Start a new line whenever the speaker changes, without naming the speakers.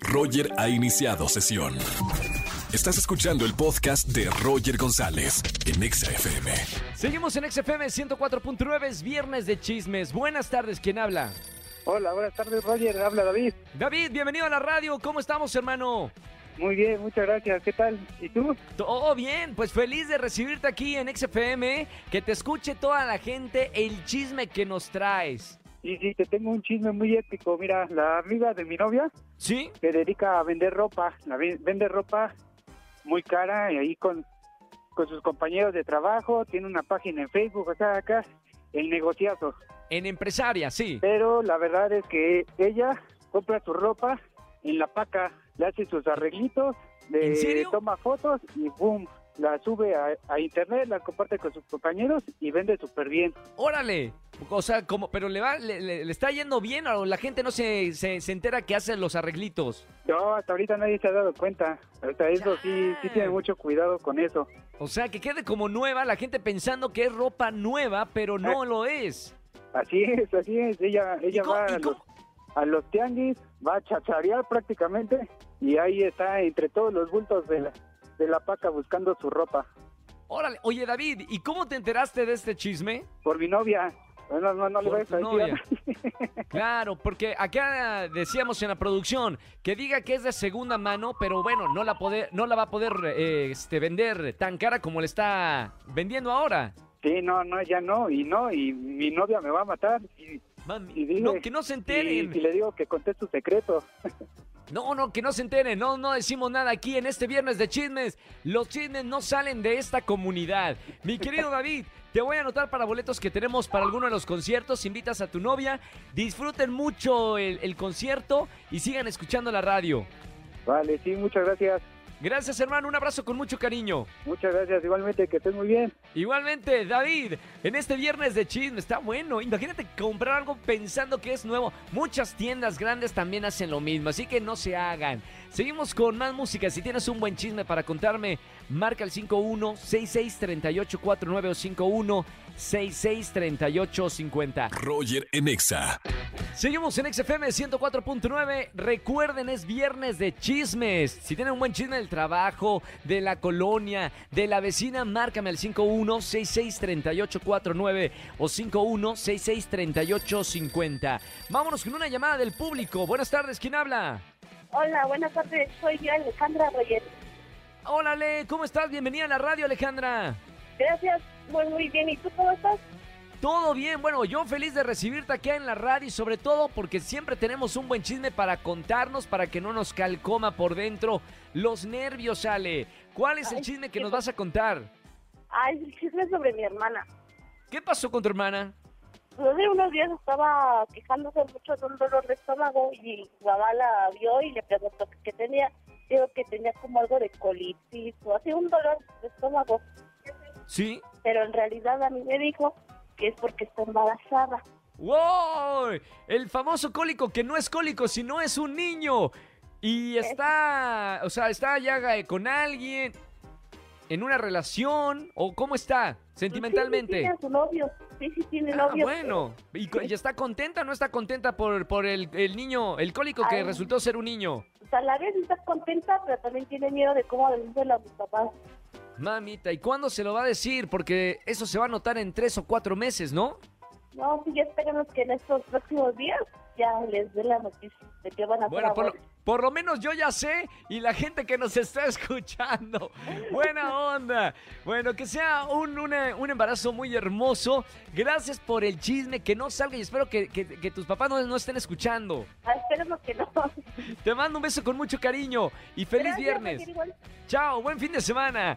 Roger ha iniciado sesión. Estás escuchando el podcast de Roger González en Exa FM.
Seguimos en XFM 104.9, es viernes de chismes. Buenas tardes, ¿quién habla?
Hola, buenas tardes, Roger. Habla David.
David, bienvenido a la radio, ¿cómo estamos, hermano?
Muy bien, muchas gracias. ¿Qué tal? ¿Y tú?
Todo bien, pues feliz de recibirte aquí en XFM, que te escuche toda la gente el chisme que nos traes.
Y sí, te tengo un chisme muy épico. Mira, la amiga de mi novia
¿Sí?
se dedica a vender ropa. La ve- vende ropa muy cara y ahí con, con sus compañeros de trabajo. Tiene una página en Facebook, o sea, acá el negociazo.
En empresaria, sí.
Pero la verdad es que ella compra su ropa en la paca, le hace sus arreglitos,
¿En
le
serio?
toma fotos y boom, la sube a, a internet, la comparte con sus compañeros y vende súper bien.
Órale. O sea, como, pero le va, le, le- le está yendo bien o la gente no se, se, se entera que hace los arreglitos.
No, hasta ahorita nadie se ha dado cuenta. Ahorita eso sí, sí tiene mucho cuidado con eso.
O sea, que quede como nueva, la gente pensando que es ropa nueva, pero no lo es.
Así es, así es. Ella, ella
cómo-
va
y
a los,
cómo?
a los tianguis, va a chacharear prácticamente y ahí está entre todos los bultos de la, de la paca buscando su ropa.
Órale, oye David, ¿y cómo te enteraste de este chisme?
Por mi novia. Bueno, no, no le
Por
voy a
tu novia. Claro, porque acá decíamos en la producción que diga que es de segunda mano, pero bueno, no la, poder, no la va a poder eh, este, vender tan cara como le está vendiendo ahora.
Sí, no, no, ya no, y no, y mi novia me va a matar. Y,
Mami,
Y dile,
no, que no se enteren.
y- y le digo que conté su secreto.
No, no, que no se enteren, no, no decimos nada aquí en este viernes de chismes. Los chismes no salen de esta comunidad. Mi querido David, te voy a anotar para boletos que tenemos para alguno de los conciertos. Invitas a tu novia, disfruten mucho el, el concierto y sigan escuchando la radio.
Vale, sí, muchas gracias.
Gracias, hermano, un abrazo con mucho cariño.
Muchas gracias, igualmente, que estés muy bien.
Igualmente, David, en este viernes de chisme está bueno. Imagínate comprar algo pensando que es nuevo. Muchas tiendas grandes también hacen lo mismo, así que no se hagan. Seguimos con más música. Si tienes un buen chisme para contarme, marca el 51 66 38 49 o 51 66 38 50.
Roger en Exa.
Seguimos en XFM 104.9. Recuerden, es viernes de chismes. Si tienen un buen chisme del trabajo, de la colonia, de la vecina, márcame al 51663849 o 51663850. Vámonos con una llamada del público. Buenas tardes, ¿quién habla?
Hola, buenas tardes. Soy yo, Alejandra Roger.
Hola, Ale, ¿cómo estás? Bienvenida a la radio, Alejandra.
Gracias, muy, muy bien. ¿Y tú cómo estás?
Todo bien, bueno, yo feliz de recibirte acá en la radio y sobre todo porque siempre tenemos un buen chisme para contarnos, para que no nos calcoma por dentro los nervios, Ale. ¿Cuál es el
Ay,
chisme que
qué
nos
pa-
vas a contar?
Ah, es el chisme sobre mi hermana.
¿Qué pasó con tu hermana?
Hace unos días estaba quejándose mucho de un dolor de estómago y mi mamá la vio y le preguntó que qué tenía. Digo que tenía como algo de colitis o así, un dolor de estómago.
¿Sí?
Pero en realidad a mí me dijo que es porque está embarazada.
¡Wow! El famoso cólico que no es cólico, sino es un niño. Y está, o sea, está ya eh, con alguien, en una relación, o cómo está,
Sí, sí,
sentimentalmente.
tiene a su novio. Sí, sí, tiene
Ah,
novio.
bueno. ¿Y, co- y está contenta o no está contenta por, por el, el niño, el cólico que
Ay.
resultó ser un niño?
O sea, a la vez está contenta, pero también tiene miedo de cómo decirle a mis papás.
Mamita, ¿y cuándo se lo va a decir? Porque eso se va a notar en tres o cuatro meses, ¿no?
No, sí, ya esperemos que en estos próximos días ya les dé la noticia de que van a
Bueno,
hacer
por lo,
aborto.
por lo menos yo ya sé y la gente que nos está escuchando. Buena onda. Bueno, que sea un, una- un embarazo muy hermoso. Gracias por el chisme, que no salga y espero que, que- que tus papás no, no estén escuchando.
Ah, esperemos que no.
Te mando un beso con mucho cariño y feliz
Gracias,
viernes.
Ángel, igual.
Chao, buen fin de semana.